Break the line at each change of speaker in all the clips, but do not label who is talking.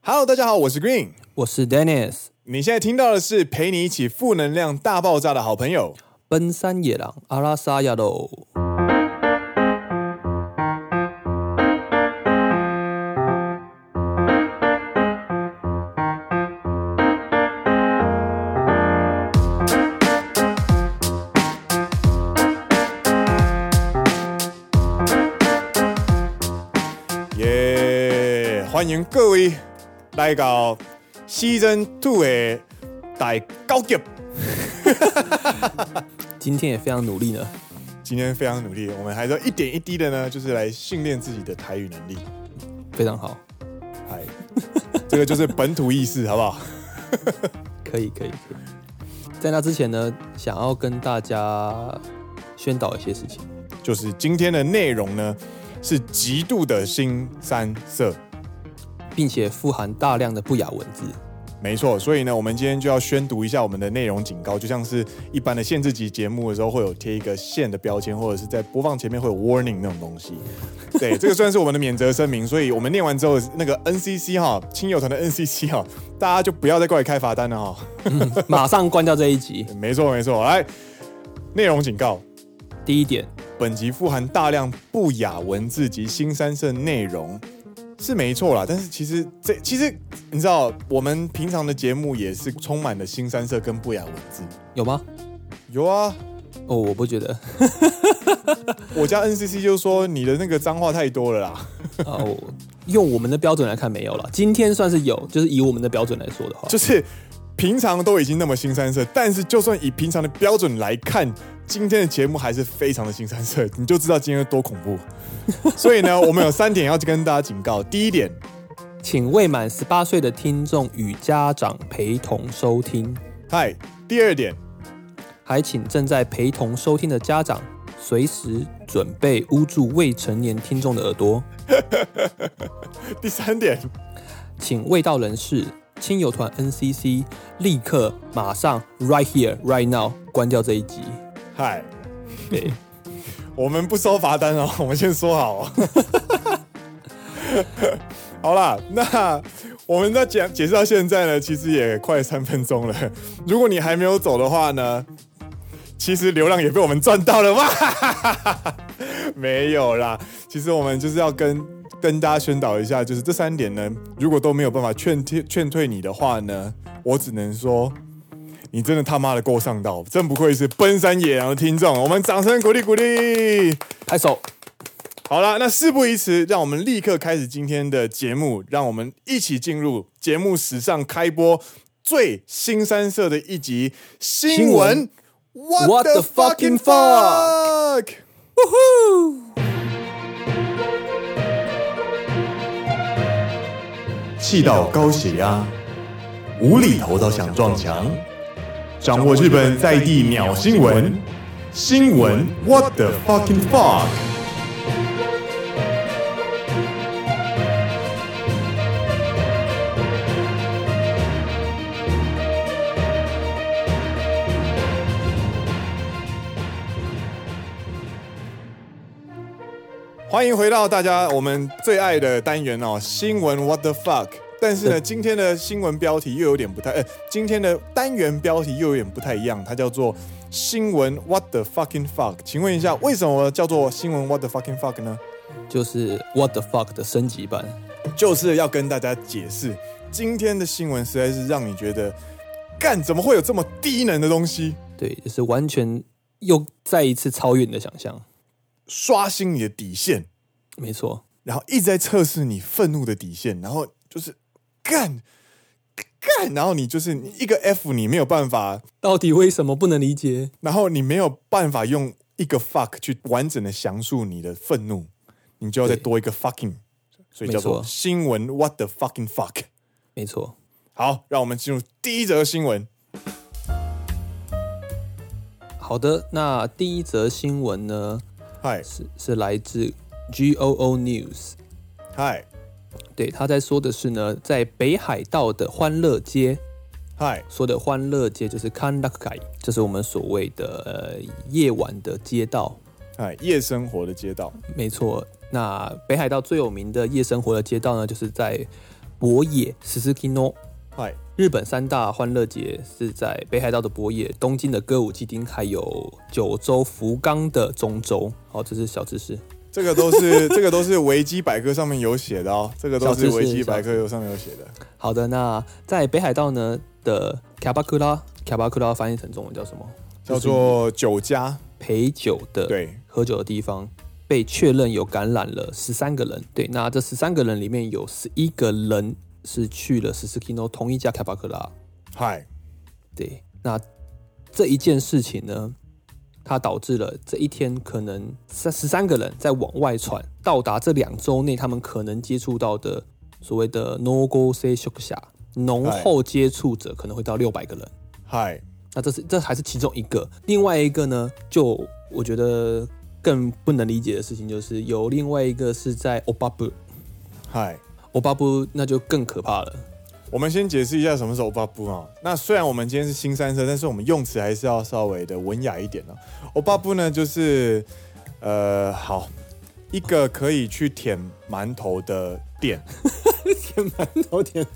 Hello，大家好，我是 Green。
我是 Dennis，
你现在听到的是陪你一起负能量大爆炸的好朋友。
奔山野狼阿拉萨亚喽。
耶、欢迎各位来到 Season Two 的大高级。
今天也非常努力呢，
今天非常努力，我们还是要一点一滴的呢，就是来训练自己的台语能力。
非常好，
嗨，这个就是本土意识，好不好？
可以可以可以。在那之前呢，想要跟大家宣导一些事情，
就是今天的内容呢，是极度的新三色。
并且富含大量的不雅文字。
没错，所以呢，我们今天就要宣读一下我们的内容警告，就像是一般的限制级节目的时候，会有贴一个线的标签，或者是在播放前面会有 warning 那种东西。对，这个算是我们的免责声明，所 以我们念完之后，那个 NCC 哈，亲友团的 NCC 哈，大家就不要再过来开罚单了哈。
马上关掉这一集。
没错，没错，来，内容警告。
第一点，
本集富含大量不雅文字及新三色内容，是没错啦。但是其实这其实你知道，我们平常的节目也是充满了新三色跟不雅文字。
有吗？
有啊，
哦，我不觉得。
我家 NCC 就说你的那个脏话太多了啦，
哦，我用我们的标准来看没有了。今天算是有，就是以我们的标准来说的话，
就是平常都已经那么新三色，但是就算以平常的标准来看，今天的节目还是非常的新三色，你就知道今天有多恐怖。 所以呢，我们有三点要跟大家警告。第一点，
请未满十八岁的听众与家长陪同收听。
嗨；第二点，
还请正在陪同收听的家长随时准备捂住未成年听众的耳朵，
第三点。
请未到人士、亲友团 NCC 立刻、马上、right here、right now 关掉这一集。
嗨，
对，
我们不收罚单哦， 我们先说好、哦。 好啦，那我们在讲解释到现在呢，其实也快三分钟了。如果你还没有走的话呢，其实流浪也被我们赚到了哇！ 没有啦，其实我们就是要跟跟大家宣导一下，就是这三点呢，如果都没有办法劝退劝退你的话呢，我只能说。你真的他妈的够上道，真不愧是奔山野狼的听众，我们掌声鼓励鼓励。
拍手。
好了，那事不宜迟，让我们立刻开始今天的节目，让我们一起进入节目史上开播最新三色的一集新闻。What
What
the
the
fucking
fucking
fuck？气到高血压，无厘头到想撞墙，掌握日本在地鸟新闻，新闻 What the fucking fuck？欢迎回到大家我们最爱的单元哦，新闻 What the fuck？但是呢，今天的新闻标题又有点不太，呃，今天的单元标题又有点不太一样，它叫做新闻 What the fucking fuck？请问一下，为什么叫做新闻 What the fucking fuck 呢？
就是 What the fuck 的升级版，
就是要跟大家解释，今天的新闻实在是让你觉得，干怎么会有这么低能的东西？
对，就是完全又再一次超越你的想象。
刷新你的底线，
没错，
然后一直在测试你愤怒的底线，然后就是干干，然后你就是你一个 F 你没有办法，
到底为什么不能理解？
然后你没有办法用一个 fuck 去完整的详述你的愤怒，你就要再
对
多一个 fucking，所以叫做
没错
新闻 What the fucking fuck。
没错，
好，让我们进入第一则新闻。
好的，那第一则新闻呢，
嗨
是是来自 GOO News，
嗨
对，他在说的是呢，在北海道的欢乐街，
嗨
说的欢乐街就是 Kandakai，就是我们所谓的呃夜晚的街道，
嗨，夜生活的街道，
没错。那北海道最有名的夜生活的街道呢，就是在博野 Suzuki no。
嗨，
日本三大欢乐节是在北海道的博野、东京的歌舞伎町，还有九州福冈的中州。好，这是小知识。
这个都 是这个都是维基百科上面有写的哦，这个都
小
是
知识
维基百科上面有写的。
好的，那在北海道呢的 Kabakura Kabakura 翻译成中文叫什么？
叫做酒家，
陪酒的
对，
喝酒的地方被确认有感染了十三个人。对，那这十三个人里面有十一个人是去了十四 Kino 同一家卡巴克拉。
嗨，
对，那这一件事情呢，它导致了这一天可能三十三个人在往外传，到达这两周内他们可能接触到的所谓的 no go say shock 下浓厚接触者可能会到六百个人。
嗨，
那这是这还是其中一个，另外一个呢，就我觉得更不能理解的事情就是有另外一个是在欧巴布，
嗨。
欧巴布那就更可怕了。
我们先解释一下什么是欧巴布啊。那虽然我们今天是新三色，但是我们用词还是要稍微的文雅一点哦。欧巴布呢，就是呃，好一个可以去舔馒头的店，
舔馒头舔，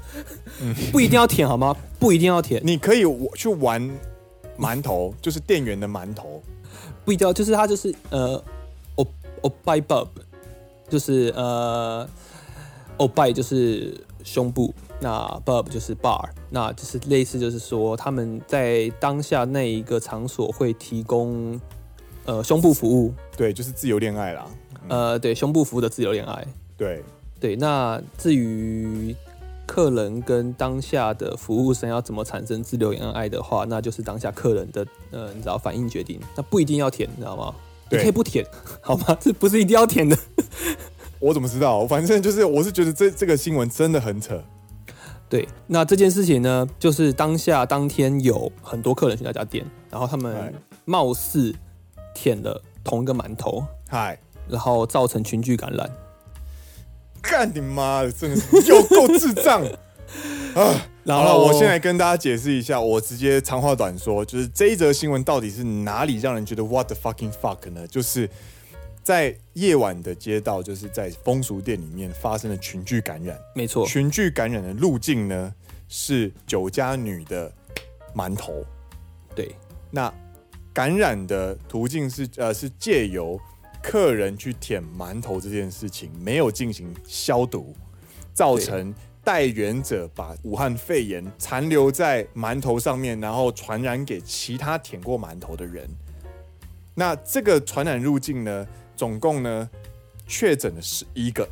不一定要舔好吗？不一定要舔，
你可以我去玩馒头，就是店员的馒头。
不一定要，就是它就是呃，欧欧拜 bub，就是呃，欧拜就是胸部，那 bub 就是 bar，那就是类似就是说他们在当下那一个场所会提供呃胸部服务，
对，就是自由恋爱啦。
呃，对，胸部服务的自由恋爱。
对，
对，那至于客人跟当下的服务生要怎么产生自由恋爱的话，那就是当下客人的呃，你知道反应决定，那不一定要舔，你知道吗？你
对
可以不舔， 好吗？这不是一定要舔的。
我怎么知道？反正就是，我是觉得这这个新闻真的很扯。
对，那这件事情呢，就是当下当天有很多客人去那家店，然后他
哎
们貌似舔了同一个馒头，
嗨，
然后造成群聚感染。
干你妈的，真的是有够智障啊！
然
好了，
后
我先来跟大家解释一下，我直接长话短说，就是这一则新闻到底是哪里让人觉得 what the fucking fuck 呢？就是在夜晚的街道，就是在风俗店里面发生了群聚感染。
没错，
群聚感染的路径呢是酒家女的馒头，
对
那感染的途径是呃是借由客人去舔馒头这件事情没有进行消毒，造成带源者把武汉肺炎残留在馒头上面，然后传染给其他舔过馒头的人。那这个传染路径呢，总共呢确诊了十一个。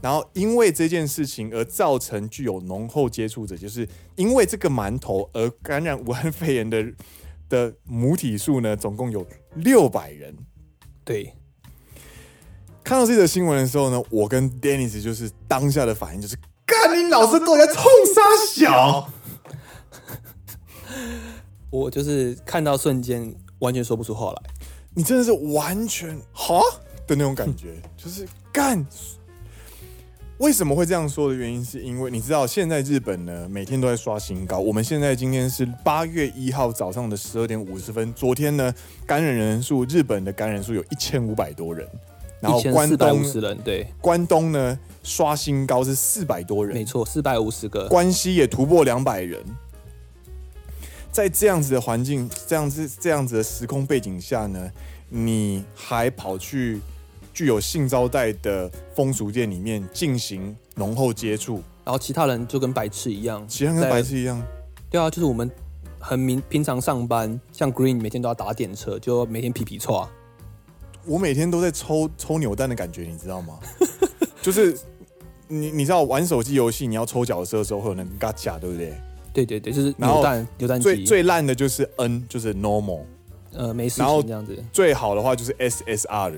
然后因为这件事情而造成具有浓厚接触者，就是因为这个馒头而感染武汉肺炎的的母体数呢，总共有六百人。
对，
看到这则新闻的时候呢，我跟 Dennis 就是当下的反应就是：干你老师都在冲杀小。
我就是看到瞬间完全说不出话来。
你真的是完全哈的那种感觉， 就是干。为什么会这样说的原因，是因为你知道现在日本呢每天都在刷新高。我们现在今天是八月一号早上的十二点五十分，昨天呢感染人数，日本的感染数有一千五百多人，然后
一千
关
四百
东
五十人，对，
关东呢刷新高是四百多人
没，错，四百五十个，
关西也突破两百人。在这样子的环境、这样子、这样子的时空背景下呢，你还跑去具有性招待的风俗店里面进行浓厚接触，
然后其他人就跟白痴一样，
其实跟
在
白，痴一样。
对啊，就是我们很明平常上班，像 Green 每天都要打点车，就每天皮皮抓，
我每天都在抽抽扭蛋的感觉，你知道吗？ 就是你你知道玩手机游戏，你要抽角色的时候会有那个嘎卡，对不对？
对对对，就是
然后
扭蛋扭蛋
最
机，
最烂的就是 N，就是 normal，
呃没事
然后
情这样子，
最好的话就是 SSR，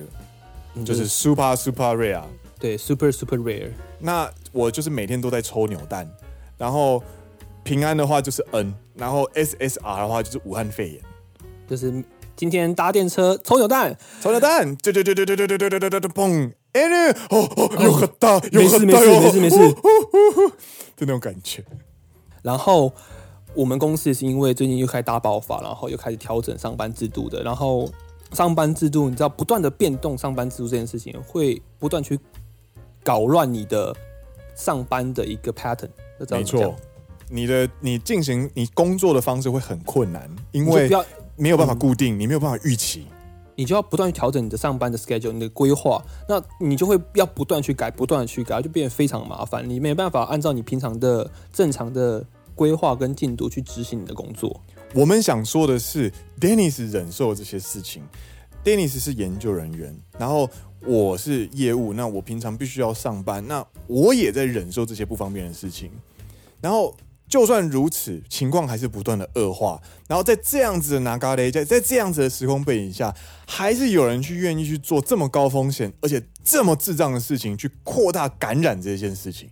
嗯
就是 super super rare。
对 super super rare，
那我就是每天都在抽扭蛋，然后平安的话就是 N，然后 SSR 的话就是武汉肺炎。
就是今天搭电车抽扭蛋，
抽扭蛋，对对对对对对对对对对对，砰！哎、欸，哦哦，有很大，有
没事
很
没
大，
事
有
没事没事，
就那种感觉。
然后我们公司也是因为最近又开始大爆发，然后又开始调整上班制度的，然后上班制度你知道不断的变动，上班制度这件事情会不断去搞乱你的上班的一个 pattern。那这样
没
怎么讲
错，，你的你进行你工作的方式会很困难，因
你就
为
不要，
没有办法固定，你没有办法预期。
你就要不断去调整你的上班的 schedule，你的规划，那你就会要不断去改，不断地去改，就变得非常麻烦。你没办法按照你平常的正常的规划跟进度去执行你的工作。
我们想说的是，Dennis 忍受这些事情，Dennis 是研究人员，然后我是业务，那我平常必须要上班，那我也在忍受这些不方便的事情，然后。就算如此，情况还是不断的恶化。然后在这样子的 Naga Day，在在这样子的时空背景下，还是有人去愿意去做这么高风险而且这么智障的事情，去扩大感染这件事情。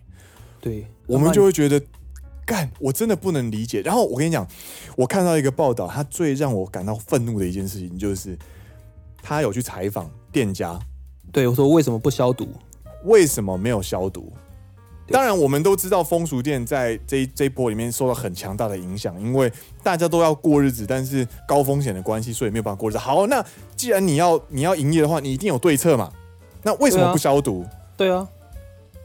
对，
我
那
们
你
就会觉得，干，我真的不能理解。然后我跟你讲，我看到一个报道，他最让我感到愤怒的一件事情就是，他有去采访店家
对我说为什么不消毒？
为什么没有消毒。
对
当然，我们都知道风俗店在这一这一波里面受到很强大的影响，因为大家都要过日子，但是高风险的关系，所以没有办法过日子。好，那既然你要你要营业的话，你一定有对策嘛？那为什
对
么
啊
不消毒？
对啊，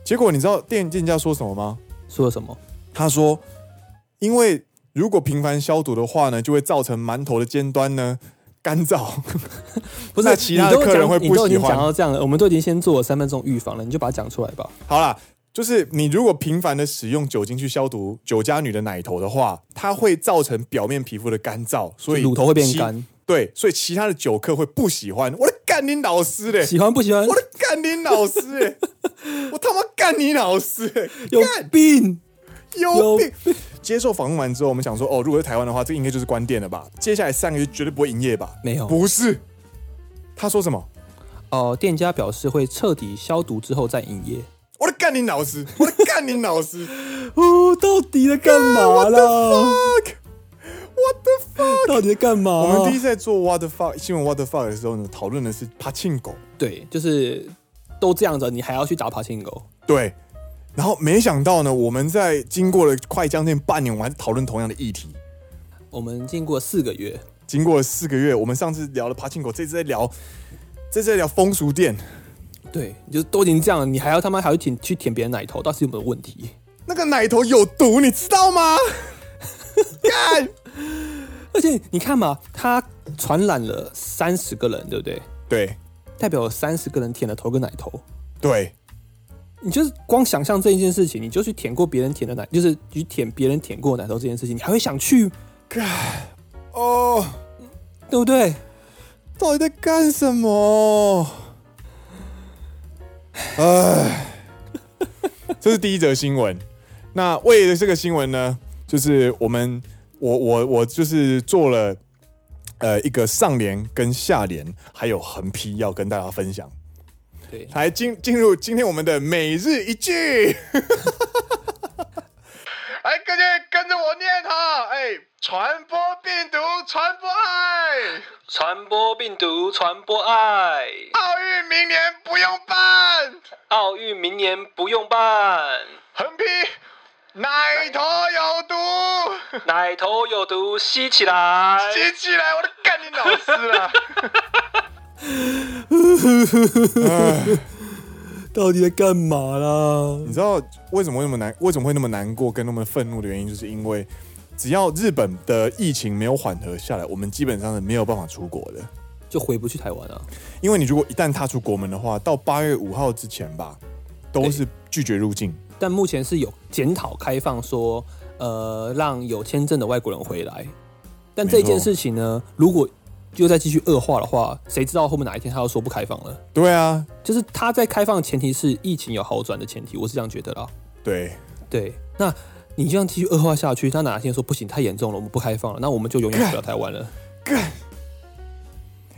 结果你知道店店家说什么吗？
说了什么？
他说，因为如果频繁消毒的话呢，就会造成馒头的尖端呢干燥。
不是
那其他的
你都
客人
讲
会不
你都已经
喜欢
讲到这样了，我们都已经先做了三分钟预防了，你就把它讲出来吧。
好啦，就是你如果频繁的使用酒精去消毒酒家女的奶头的话，它会造成表面皮肤的干燥，所以
乳头会变
其。
干，
对，所以其他的酒客会不喜欢。我的干你老师嘞！
喜欢不喜欢
哎我？的干你老师嘞！我他妈干你老师嘞！
有病！
有病！ 接受访问完之后，我们想说，哦，如果是台湾的话，这个应该就是关店了吧？接下来三个月绝对不会营业吧？
没有
不是。他说什么？
哦、店家表示会彻底消毒之后再营业。
我的干你老师！我的干你老师
哦，到底在干嘛啦？
！fuck！我的 fuck！
到底在干嘛？
我们第一次在做 what the fuck 新闻 what the fuck 的时候呢，讨论的是爬庆狗，
对，就是都这样子，你还要去打爬行狗？
对。然后没想到呢，我们在经过了快将近半年，我们还讨论同样的议题。
我们经过四个月，
经过了四个月，我们上次聊了爬庆狗，这次在聊，这次在聊风俗店。
对，你就都已经这样了，你还要他妈还要舔去舔别人奶头，到底是有没有问题？
那个奶头有毒，你知道吗？干，
而且你看嘛，他传染了三十个人，对不对？
对
代表有三十个人舔了头跟奶头。
对，
你就是光想象这一件事情，你就去舔过别人舔的奶，就是去舔别人舔过的奶头这件事情，你还会想去，
哦，
对不对？
到底在干什么？哎，这是第一则新闻。那为了这个新闻呢，就是我们，我我我就是做了呃一个上联跟下联，还有横批要跟大家分享。
对，
来进进入今天我们的每日一句。
来，各位跟着我念哈，哎，传播病毒，传播爱，
传播病毒，传播爱，
奥运明年不用办，
奥运明年不用办。
横批，奶头有毒，
奶头有毒，吸起来！
接起来，我都干你老师啊了。
到底在干嘛啦？
你知道为什么会那么难，为什么会那么难过跟那么愤怒的原因，就是因为只要日本的疫情没有缓和下来，我们基本上是没有办法出国的。
就回不去台湾啊？
因为你如果一旦踏出国门的话，到八月五号之前吧，都是拒绝入境。
但目前是有检讨开放说，呃，让有签证的外国人回来。但这件事情呢，如果又再继续恶化的话，谁知道后面哪一天他又说不开放了？
对啊，
就是他在开放的前提是疫情有好转的前提，我是这样觉得啦。
对，
对，那你这样继续恶化下去，他哪天说不行太严重了，我们不开放了，那我们就永远不了台湾了。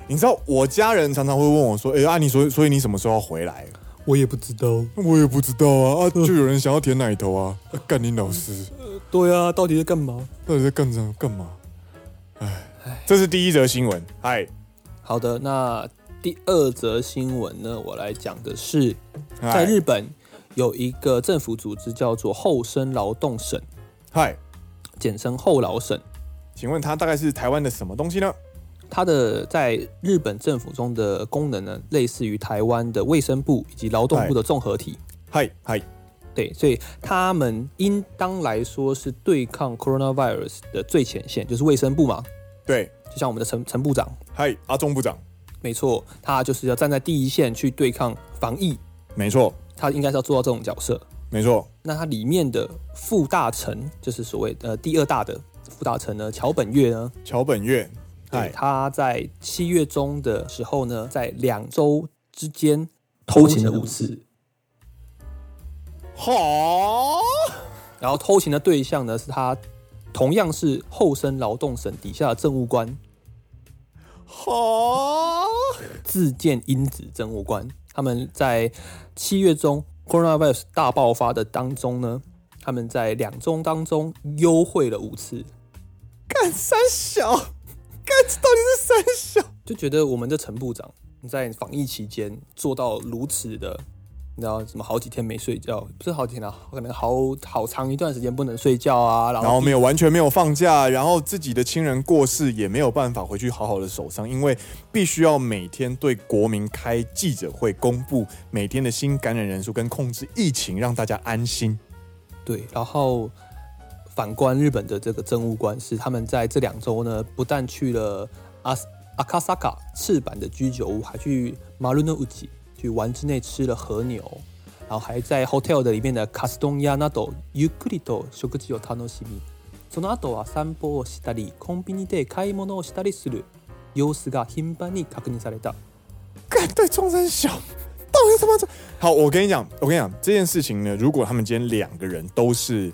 你知道我家人常常会问我说：“哎、啊，你所以所以你什么时候要回来
我也不知道。？”
我也不知道啊，啊，就有人想要舔奶头啊，啊干、你老师，
对啊，到底在干嘛？
到底在干什么干嘛？哎，这是第一则新闻。嗨，
好的，那第二则新闻呢，我来讲的是，
嗨
在日本有一个政府组织叫做厚生劳动省，
嗨，
简称厚劳省。
请问它大概是台湾的什么东西呢？
它的在日本政府中的功能呢，类似于台湾的卫生部以及劳动部的综合体。
嗨嗨，
对，所以他们应当来说是对抗 coronavirus 的最前线，就是卫生部嘛，
对，
就像我们的陈陈部长，
嗨，阿中部长，
没错，他就是要站在第一线去对抗防疫，
没错，
他应该是要做到这种角色。
没错，
那它里面的副大臣，就是所谓呃第二大的副大臣呢，桥本月呢，
桥本月，
对
嗨，
他在七月中的时候呢，在两周之间偷情了五次，
好，
然后偷情的对象呢是他同样是厚生劳动省底下的政务官，
好，
自建因子政务官。他们在七月中 coronavirus 大爆发的当中呢，他们在两周当中幽会了五次，
干三小，干这到底是三小？
就觉得我们的陈部长在防疫期间做到如此的，你知道什么好几天没睡觉，不是好几天啊，可能好好长一段时间不能睡觉啊，然
然后
后
没有完全没有放假，然后自己的亲人过世也没有办法回去好好的守丧，因为必须要每天对国民开记者会，公布每天的新感染人数跟控制疫情，让大家安心。
对，然后反观日本的这个政务官是他们在这两周呢，不但去了阿斯阿卡萨卡赤坂的居酒屋，还去马鲁诺乌吉去丸之内吃了和牛。然后还在 hotel 的里面的カストン屋などゆっくりと食事を楽しみ、その後は散歩をしたり、コンビニで買い物をしたりする様子が頻繁に確認された。
干对中山小，到底是什么这？好，我跟你讲，我跟你讲这件事情呢，如果他们今天两个人都是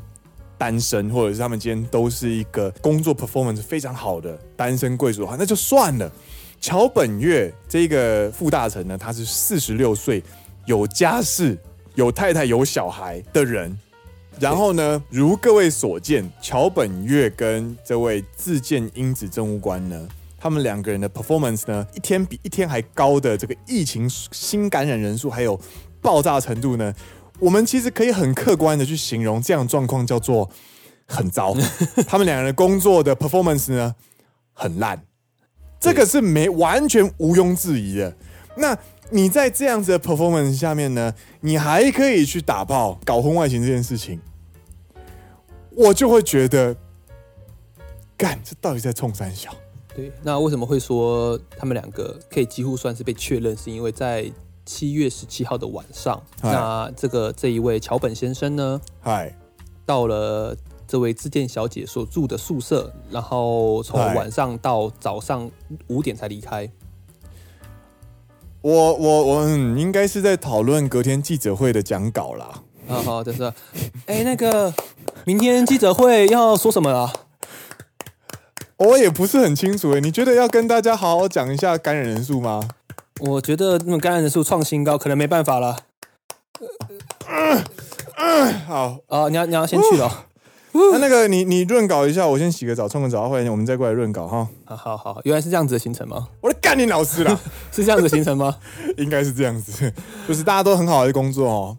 单身，或者是他们今天都是一个工作 performance 非常好的单身贵族的话，那就算了。桥本月这个副大臣呢，他是四十六岁，有家室、有太太、有小孩的人。然后呢，如各位所见，桥本月跟这位自建英子政务官呢，他们两个人的 performance 呢，一天比一天还高的这个疫情新感染人数还有爆炸程度呢，我们其实可以很客观的去形容这样的状况叫做很糟。他们两个人的工作的 performance 呢，很烂。这个是没完全毋庸置疑的。那你在这样子的 performance 下面呢，你还可以去打炮、搞婚外情这件事情，我就会觉得，干这到底在冲三小？
对，那为什么会说他们两个可以几乎算是被确认？是因为在七月十七号的晚上，
哎
那这个这一位桥本先生呢，
嗨，
到了这位自建小姐所住的宿舍，然后从
哎
晚上到早上五点才离开。
我我我、嗯、应该是在讨论隔天记者会的讲稿啦。
啊，好，就是，哎，那个明天记者会要说什么啊？
我也不是很清楚诶，欸你觉得要跟大家好好讲一下感染人数吗？
我觉得那种感染人数创新高，可能没办法了。
好，
啊，你要你要先去了。
啊那那个你你润稿一下，我先洗个澡，冲个澡，后来我们再过来润稿哈。
啊，好好，原来是这样子的行程吗？
我的干你老 师啦！
是这样子的行程吗？
应该是这样子，就是大家都很好的工作哦。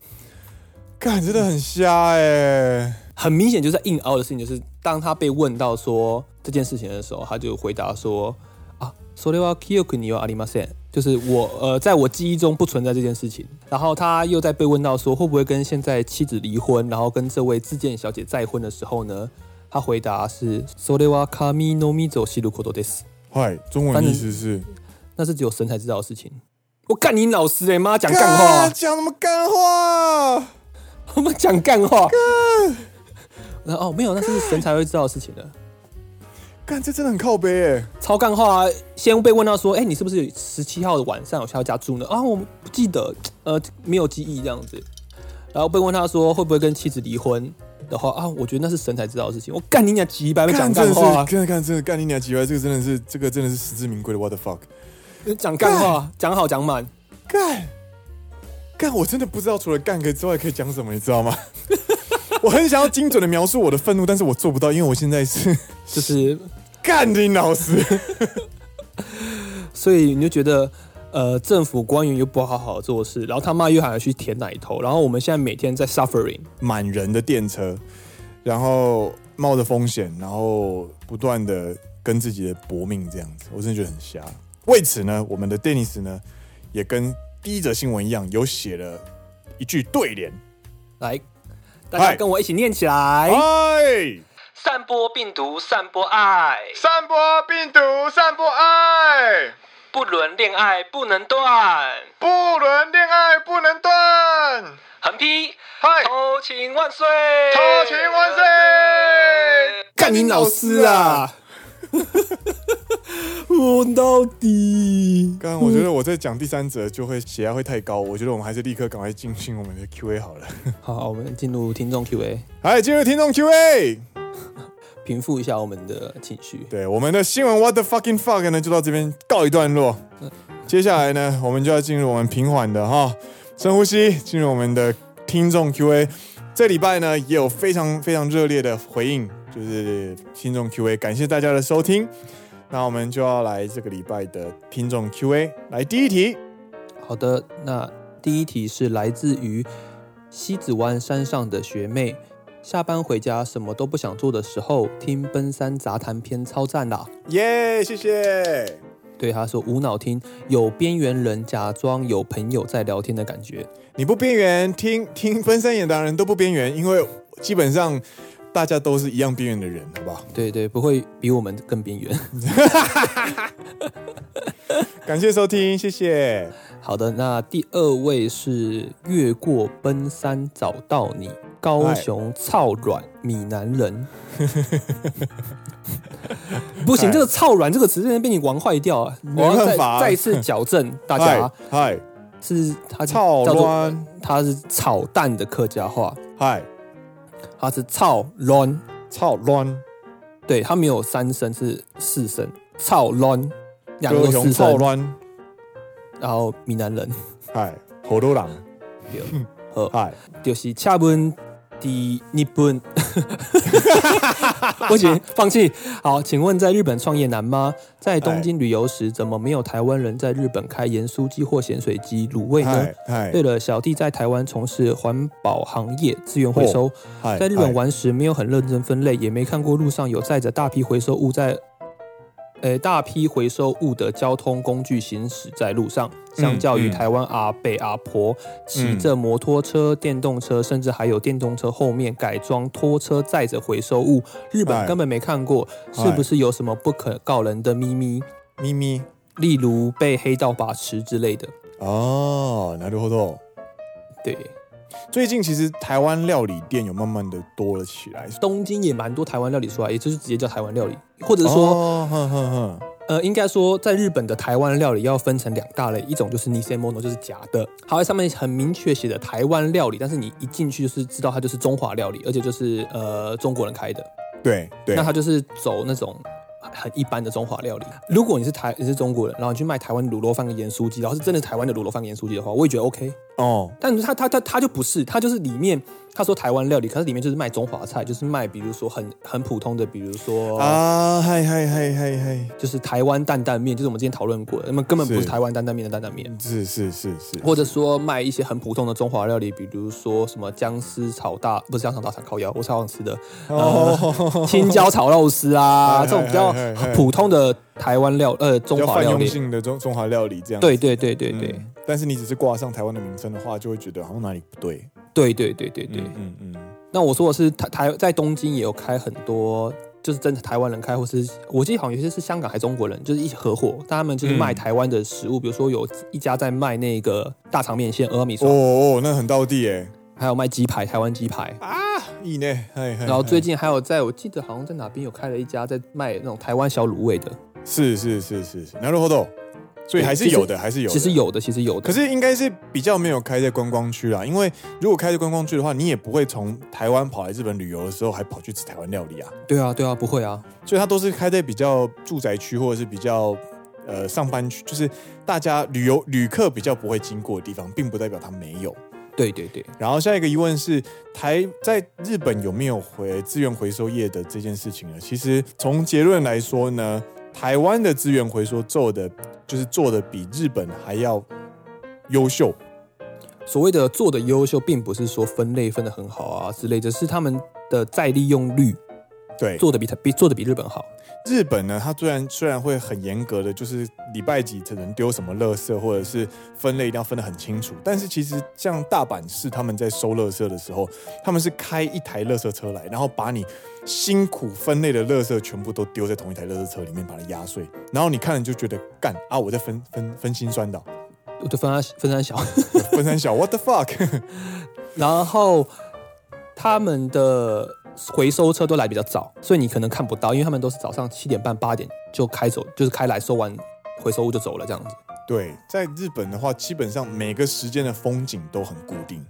干，真的很瞎哎、
很明显就是在硬凹的事情，就是当他被问到说这件事情的时候，他就回答说啊，それは記憶にはありません，就是我呃，在我记忆中不存在这件事情。然后他又在被问到说会不会跟现在妻子离婚，然后跟这位自建小姐再婚的时候呢，他回答是それは神のみぞ知ることです，
嗨，中文意思是
那是只有神才知道的事情。我干你老师哎、妈讲干话
干，讲什么干话？
他们讲干话。然后哦，没有，那是神才会知道的事情的。
干，这真的很靠背哎、
超干话、啊，先被问到说，哎、你是不是十七号的晚上有下到家住呢？啊，我不记得，呃，没有记忆这样子。然后被问他说会不会跟妻子离婚的话，啊，我觉得那是神才知道的事情。我干你娘几百倍讲
干，真
干
的是
话，，啊
真的干，真的干你娘几歪，这个真的是，这个真的是实至名归的。What the fuck？
讲干话，讲好讲满，
干，干，我真的不知道除了干个之外可以讲什么，你知道吗？ 我很想要精准的描述我的愤怒，但是我做不到，因为我现在是
就是，
干你老师。
所以你就觉得。呃，政府官员又不好好做事，然后他妈又喊要去舔奶头，然后我们现在每天在 suffering，
满人的电车，然后冒着风险，然后不断的跟自己的搏命这样子，我真的觉得很瞎。为此呢，我们的 Dennis 呢，也跟第一则新闻一样，有写了一句对联，
来大家
嗨
跟我一起念起来。
哎，
散播病毒，散播爱，
散播病毒，散播爱，
不伦恋爱不能断。
不伦恋爱不能断。
横批：
嗨，
偷情万岁！
偷情万岁！！
干你老师啊！
我到底
刚刚我觉得我在讲第三者就会血压会太高，我觉得我们还是立刻赶快进行我们的 Q&A 好了。
好，我们进入听众 Q&A，
来，进入听众 Q&A。
平复一下我们的情绪。
对，我们的新闻 What the fucking fuck 呢，就到这边告一段落。接下来呢，我们就要进入我们平缓的哈，深呼吸，进入我们的听众 Q&A。这礼拜呢，也有非常非常热烈的回应，就是听众 Q&A，感谢大家的收听。那我们就要来这个礼拜的听众 Q&A，来第一题，
好的，那第一题是来自于西子湾山上的学妹，下班回家什么都不想做的时候，听《奔三杂谈篇》超赞啦。
耶、谢谢。
对她说无脑听，有边缘人假装有朋友在聊天的感觉。
你不边缘，听听分身演达人都不边缘，因为基本上大家都是一样边缘的人，好不好？
对对，不会比我们更边缘。
感谢收听，谢谢。
好的，那第二位是越过奔山找到你，高雄操软闽 南人。不行，
嗨
这个“操软”这个词真的被你玩坏掉啊！我
没
要
办
再
法啊
再一次矫正大家，
嗨
是它
操
叫做
卵
它是炒蛋的客家话，
嗨，
它是操卵，
操乱，
对，它没有三声，是四声，操卵，两个
高
都
雄
四
操
声，
乱，
然后闽南人，
嗨，好多人，
呃，
嗨，
就是恰本第日本， 不行，放弃。好，请问在日本创业难吗？在东京旅游时，怎么没有台湾人在日本开盐酥鸡或咸水鸡卤味呢
嗨？嗨，
呃对了，小弟在台湾从事环保行业，资源回收，
嗨，
在日本
嗨，
玩时没有很认真分类，也没看过路上有载着大批回收物在，呃，大批回收物的交通工具行驶在路上。相较于
嗯
台湾阿贝阿婆骑
嗯
着摩托车、电动车，甚至还有电动车后面改装拖车载着回收物，日本
哎
根本没看过，是
哎
不是有什么不可告人的秘密？
咪咪，
例如被黑道把持之类的。
哦，なるほど。
对，
最近其实台湾料理店有慢慢的多了起来，
东京也蛮多台湾料理出来，也就是直接叫台湾料理，或者
就
是说、
哦哼哼哼，
呃，应该说，在日本的台湾料理要分成两大类，一种就是 nisemono，就是假的，它在上面很明确写的台湾料理，但是你一进去就是知道它就是中华料理，而且就是呃中国人开的，
对对
那，它就是走那种很一般的中华料理。如果你是台你是中国人，然后你去卖台湾卤肉饭跟盐酥鸡，然后是真的台湾的卤肉饭跟盐酥鸡的话，我也觉得 OK。
哦，
但是它它它它就不是，它就是里面他说台湾料理，可是里面就是卖中华菜，就是卖比如说很很普通的，比如说
啊，嗨嗨嗨嗨嗨，
就是台湾担担面，就是我们之前讨论过的，那么根本不是
是
台湾担担面的担担面，
是是是是，
或者说卖一些很普通的中华料理，比如说什么姜丝炒大，不是姜丝炒大肠烤腰，我超想吃的，呃
哦，哎
青椒炒肉丝啊，
嗨
这种比较
嗨嗨嗨
普通的台湾料呃
比
中
较
华
泛
料
用
理，
性的中中华料理这样，
对对对对对
嗯，但是你只是挂上台湾的名称的话，就会觉得好像哪里不对。
对对对对对。
嗯嗯嗯，
那我说的是台台在东京也有开很多。就是真的台湾人开，或是我记得好像有些是香港还是中国人，就是一起合伙，但他们就是卖
嗯
台湾的食物，比如说有一家在卖那个大肠面线、鹅米
哦
刷
哦，那很到地哎，
还有卖鸡排，台湾鸡排。
意呢，哎嗨嗨
然后最近还有在，我记得好像在哪边有开了一家在卖那种台湾小卤味的，
嗨是是是是是，拿入活动，所以还是有的，还是有的。
其实，有的，其实有的。
可是应该是比较没有开在观光区啦，因为如果开在观光区的话，你也不会从台湾跑来日本旅游的时候还跑去吃台湾料理啊，
对啊，对啊，不会啊，
所以它都是开在比较住宅区或者是比较。呃，上班区就是大家旅游旅客比较不会经过的地方，并不代表它没有。
对对对，
然后下一个疑问是，台在日本有没有回资源回收业的这件事情呢？其实从结论来说呢，台湾的资源回收做的就是做的比日本还要优秀。
所谓的做的优秀，并不是说分类分的很好啊之类的，是他们的再利用率
对，
做的比台比做的比日本好。
日本呢，它虽然虽然会很严格的，就是礼拜几只能丢什么垃圾，或者是分类一定要分得很清楚。但是其实像大阪市他们在收垃圾的时候，他们是开一台垃圾车来，然后把你辛苦分类的垃圾全部都丢在同一台垃圾车里面，把它压碎。然后你看了就觉得干啊，我在分分分心酸的哦，
我就分三分三小，
分三小，what the fuck？
然后他们的回收车都来比较早，所以你可能看不到，因为他们都是早上七点半八点就开走，就是开来收完回收物就走了这样子。
对，在日本的话，基本上每个时间的风景都很固定，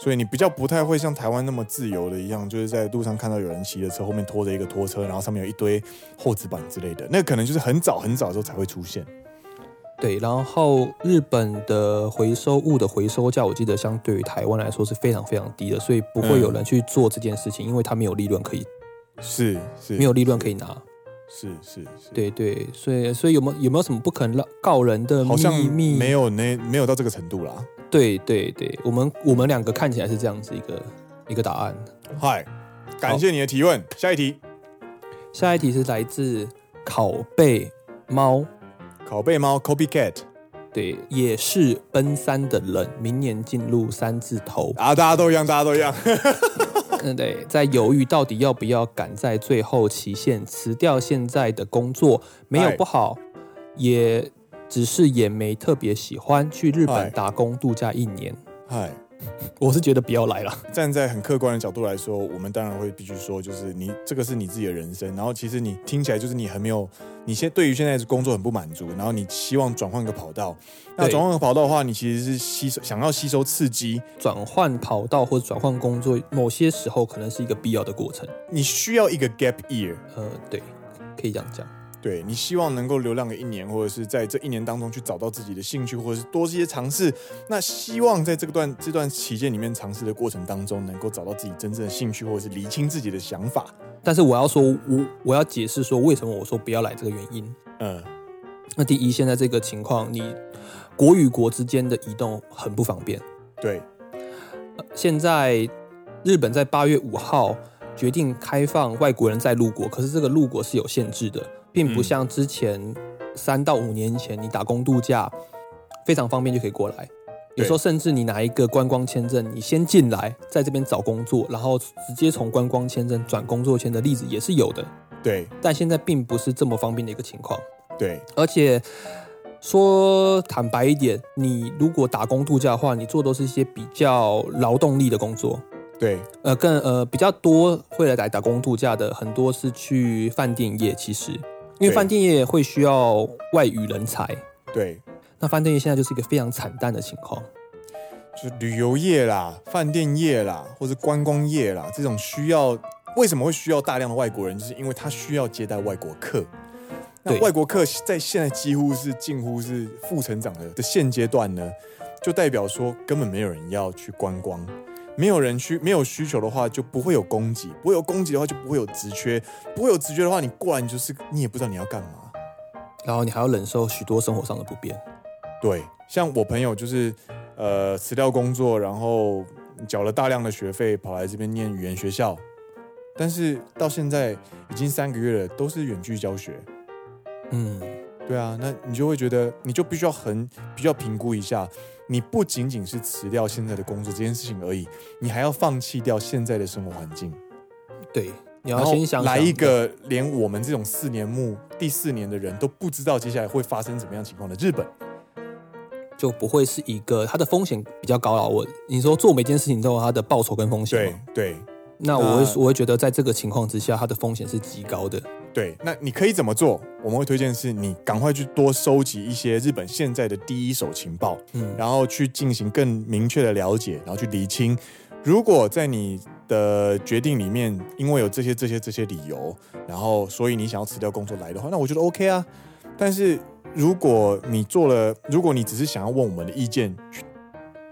所以你比较不太会像台湾那么自由的一样，就是在路上看到有人骑着车，后面拖着一个拖车，然后上面有一堆厚纸板之类的，那可能就是很早很早的时候才会出现。
对，然后日本的回收物的回收价，我记得相对于台湾来说是非常非常低的，所以不会有人去做这件事情，因为他没有利润可以，
是是，
没有利润可以拿。
是是是，，
对对，所以所以有没有有没有什么不可能让告人的
好像
秘密？
没。有那没有到这个程度啦。
对对对，我们我们两个看起来是这样子一个一个答案。
嗨，感谢你的提问，下一题，
下一题是来自拷贝猫，
拷贝猫 copycat，
对，也是奔三的人，明年进入三字头
啊，大家都一样，大家都一 样。
嗯，对，在犹豫到底要不要赶在最后期限辞掉现在的工作，没有
哎
不好，也只是也没特别喜欢去日
哎
本打工度假一年，
嗨。
我是觉得不要来了。
站在很客观的角度来说，我们当然会必须说，就是你这个是你自己的人生，然后其实你听起来就是你很没有，你现对于现在的工作很不满足，然后你希望转换个跑道。那
对
转换个跑道的话，你其实是吸收想要吸收刺激，
转换跑道或者转换工作，某些时候可能是一个必要的过程。
你需要一个 gap year，
呃，对，可以这样讲。
对你希望能够流浪个一年，或者是在这一年当中去找到自己的兴趣，或者是多一些尝试。那希望在这个段这段期间里面尝试的过程当中，能够找到自己真正的兴趣，或者是厘清自己的想法。
但是我要说，我我要解释说为什么我说不要来这个原因。
嗯，
那第一，现在这个情况，你国与国之间的移动很不方便。
对，
呃现在日本在八月五号决定开放外国人在入国，可是这个入国是有限制的，并不
嗯
像之前三到五年前你打工度假非常方便就可以过来。有时候甚至你拿一个观光签证，你先进来，在这边找工作，然后直接从观光签证转工作签的例子也是有的。
对，
但现在并不是这么方便的一个情况。
对，
而且说坦白一点，你如果打工度假的话，你做都是一些比较劳动力的工作。
对。
呃，更呃比较多会来打打工度假的，很多是去饭店业。其实，因为
对
饭店业会需要外语人才，
对，
那饭店业现在就是一个非常惨淡的情况。
就是旅游业啦、饭店业啦，或是观光业啦，这种需要为什么会需要大量的外国人？就是因为他需要接待外国客。那
对
外国客在现在几乎是近乎是负成长的的现阶段呢，就代表说根本没有人要去观光，没有人需没有需求的话，就不会有供给，不会有供给的话就不会有职缺，不会有职缺的话，你过来你就是你也不知道你要干嘛。
然后你还要忍受许多生活上的不便，
对，像我朋友就是呃辞掉工作，然后缴了大量的学费，跑来这边念语言学校，但是到现在已经三个月了，都是远距教学。
嗯，
对啊，那你就会觉得，你就必须要很必须要评估一下，你不仅仅是辞掉现在的工作这件事情而已，你还要放弃掉现在的生活环境，
对，你
然
要
后
先想
来
想
一个连我们这种四年目第四年的人都不知道接下来会发生怎么样情况的日本。
就不会是一个它的风险比较高了。我你说做每件事情都有它的报酬跟风险
对
嘛，
对，
那我会
那
我会觉得在这个情况之下，它的风险是极高的。
对，那你可以怎么做？我们会推荐是你赶快去多收集一些日本现在的第一手情报，
嗯，
然后去进行更明确的了解，然后去厘清。如果在你的决定里面，因为有这些、这些、这些理由，然后所以你想要辞掉工作来的话，那我觉得 OK 啊。但是如果你做了，如果你只是想要问我们的意见，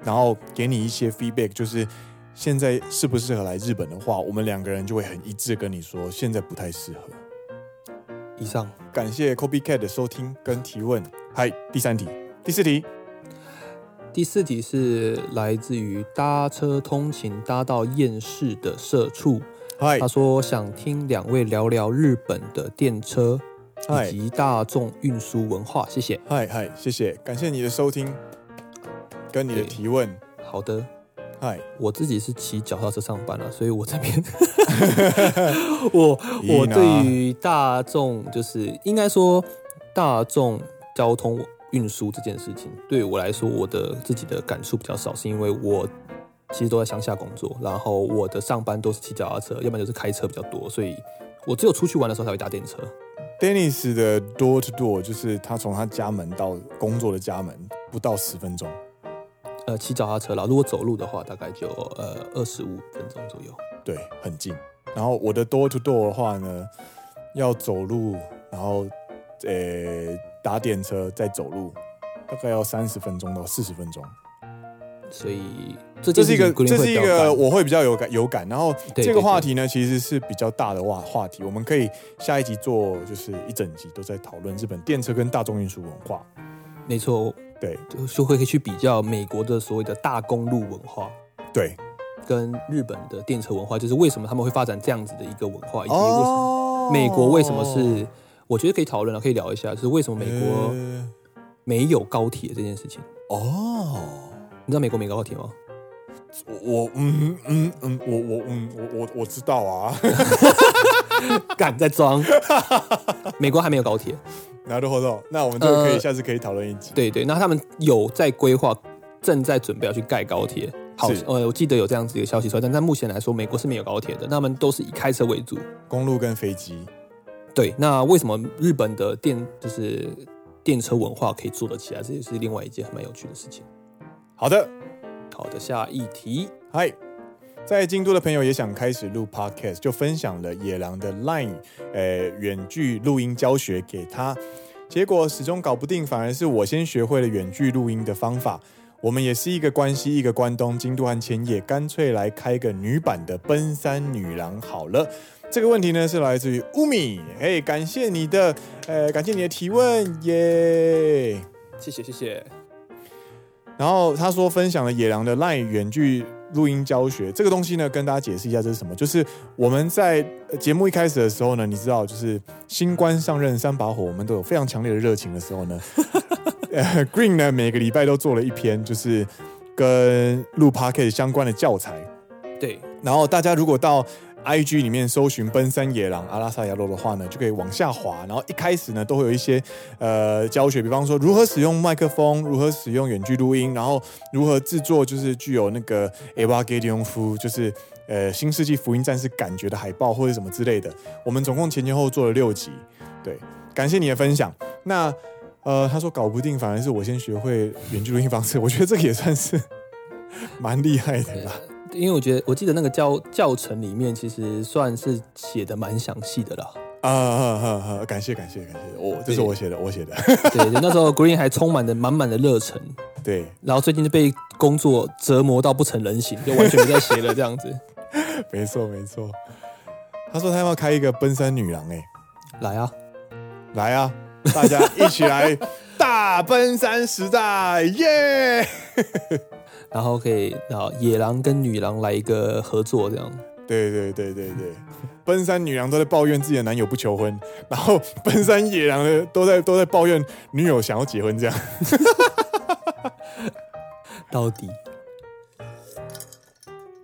然后给你一些 feedback，就是现在适不适合来日本的话，我们两个人就会很一致地跟你说，现在不太适合。
以上
感谢 Copycat 的收听跟提问。嗨，第三题、第四题，
第四题是来自于搭车通勤搭到厌世的社畜，
嗨
他说想听两位聊聊日本的电车
嗨
以及大众运输文化，谢谢。
嗨嗨，谢谢，感谢你的收听跟你的
对
提问。
好的，
嗨，
我自己是骑脚踏车上班了、啊 所以我 这边我我
咦
对于大众就是应该说大众交通运输这件事情，对我来说我的自己的感触比较少，是因为我其实都在乡下工作，然后我的上班都是骑脚踏车，要不然就是开车比较多，所以我只有出去玩的时候才会搭电车。
Dennis 的 door to door 就是他从他家门到工作的家门不到十分钟，
呃，骑脚踏车啦，如果走路的话，大概就呃二十五分钟左右。
对，很近。然后我的 door to door 的话呢，要走路，然后呃搭电车再走路，大概要三十分钟到四十分钟。
所以这
这是一
件事
个
情，Green
这
会
是
比
一
较
个
干
我会比较有感有感。然后
对
这
对
个话题呢，其实是比较大的话话题，我们可以下一集做，就是一整集都在讨论日本电车跟大众运输文化。
没错，
对
就就会去比较美国的所谓的大公路文化
对，
跟日本的电车文化，就是为什么他们会发展这样子的一个文化，以及为什么
哦
美国为什么是，我觉得可以讨论了，可以聊一下，就是为什么美国
呃
没有高铁这件事情。
哦。
你知道美国没高铁 吗？
我我嗯嗯嗯，我我嗯我我我知道啊，
敢在装，美国还没有高铁。
拿着活动，那我们就可以
呃
下次可以讨论一集。
对对，那他们有在规划，正在准备要去盖高铁。好
是，
呃，我记得有这样子一个消息出来，但在目前来说，美国是没有高铁的，那他们都是以开车为主。
公路跟飞机，
对，那为什么日本的电就是电车文化可以做得起来？这也是另外一件还蛮有趣的事情。
好的，
好的，下一题。
嗨，在京都的朋友也想开始录 podcast，就分享了野狼的 Line 呃远距录音教学给他，结果始终搞不定，反而是我先学会了远距录音的方法。我们也是一个关西，一个关东，京都和千叶，干脆来开个女版的《奔山女郎》好了。这个问题呢是来自于乌米，哎，感谢你的，呃，感谢你的提问，耶、
谢谢谢谢。
然后他说分享了野狼的 LINE 远距录音教学这个东西呢，跟大家解释一下这是什么。就是我们在呃节目一开始的时候呢，你知道，就是新官上任三把火，我们都有非常强烈的热情的时候呢， 呃，Green 呢每个礼拜都做了一篇就是跟录 p o c a s t 相关的教材。
对，
然后大家如果到 IG 里面搜寻“奔山野狼阿拉萨亚洛”的话呢，就可以往下滑。然后一开始呢，都会有一些呃教学，比方说如何使用麦克风，如何使用远距录音，然后如何制作就是具有那个 Eva g a d i o n 夫，就是呃新世纪福音战士感觉的海报或者什么之类的。我们总共前前后后做了六集，对，感谢你的分享。那呃，他说搞不定，反而是我先学会远距录音方式，我觉得这个也算是 蛮厉害的啦。
因为我觉得我记得那个教教程里面其实算是写的蛮详细的啦。
啊啊啊啊！感谢感谢感谢，我这是我写的，我写的。
对，那时候 Green 还充满着满满的热忱，
对，
然后最近就被工作折磨到不成人形，就完全没在写了这样子。
没错没错。他说他要开一个奔山女郎、欸，
来啊，
来啊，大家一起 来大奔山时代，耶、
然后可以然后野狼跟女郎来一个合作这样。
对对对对对，奔山女郎都在抱怨自己的男友不求婚，然后奔山野狼的都在都在抱怨女友想要结婚这样。
到底，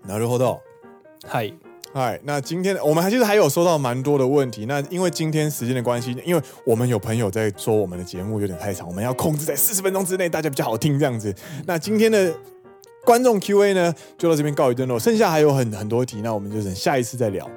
然后后头。
嗨，
嗨，那今天我们还其实还有收到蛮多的问题。那因为今天时间的关系，因为我们有朋友在说我们的节目有点太长，我们要控制在四十分钟之内，大家比较好听这样子。那今天的观众 Q&A 呢，就到这边告一段落，剩下还有很很多题，那我们就等下一次再聊。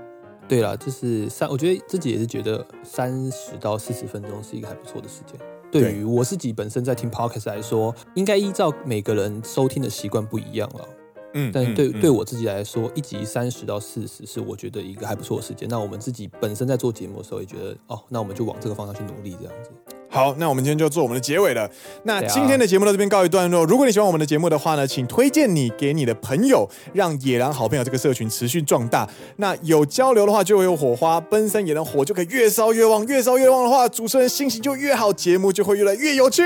对了，就是三，我觉得自己也是觉得三十到四十分钟是一个还不错的时间。对于我自己本身在听 podcast 来说，应该依照每个人收听的习惯不一样了。
嗯，
但
嗯
对、
嗯
对我自己来说，一集三十到四十是我觉得一个还不错的时间。那我们自己本身在做节目的时候也觉得，哦，那我们就往这个方向去努力，这样子。
好，那我们今天就做我们的结尾了。那
对啊
今天的节目到这边告一段落。如果你喜欢我们的节目的话呢，请推荐你给你的朋友，让野狼好朋友这个社群持续壮大。那有交流的话，就会有火花，奔山野狼火就可以越烧越旺，越烧越旺的话，主持人心情就越好，节目就会越来越有趣。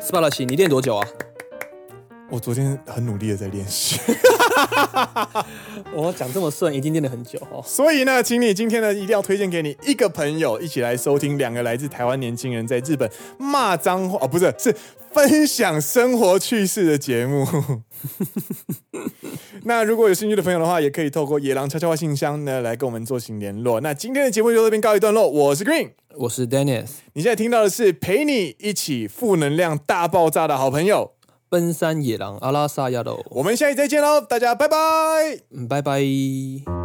斯巴拉奇，你练多久啊？
我昨天很努力的在练习，
我讲这么顺，已经练了很久哦。
所以呢，请你今天呢一定要推荐给你一个朋友，一起来收听两个来自台湾年轻人在日本骂脏话哦，不是，是分享生活趣事的节目。 那如果有兴趣的朋友的话，也可以透过野狼悄悄话信箱呢来跟我们进行联络。那今天的节目就到这边告一段落，我是 Green，
我是 Dennis，
你现在听到的是陪你一起负能量大爆炸的好朋友，
奔山野狼阿拉萨亚喽，
我们下期再见喽，大家拜拜。
嗯，拜拜。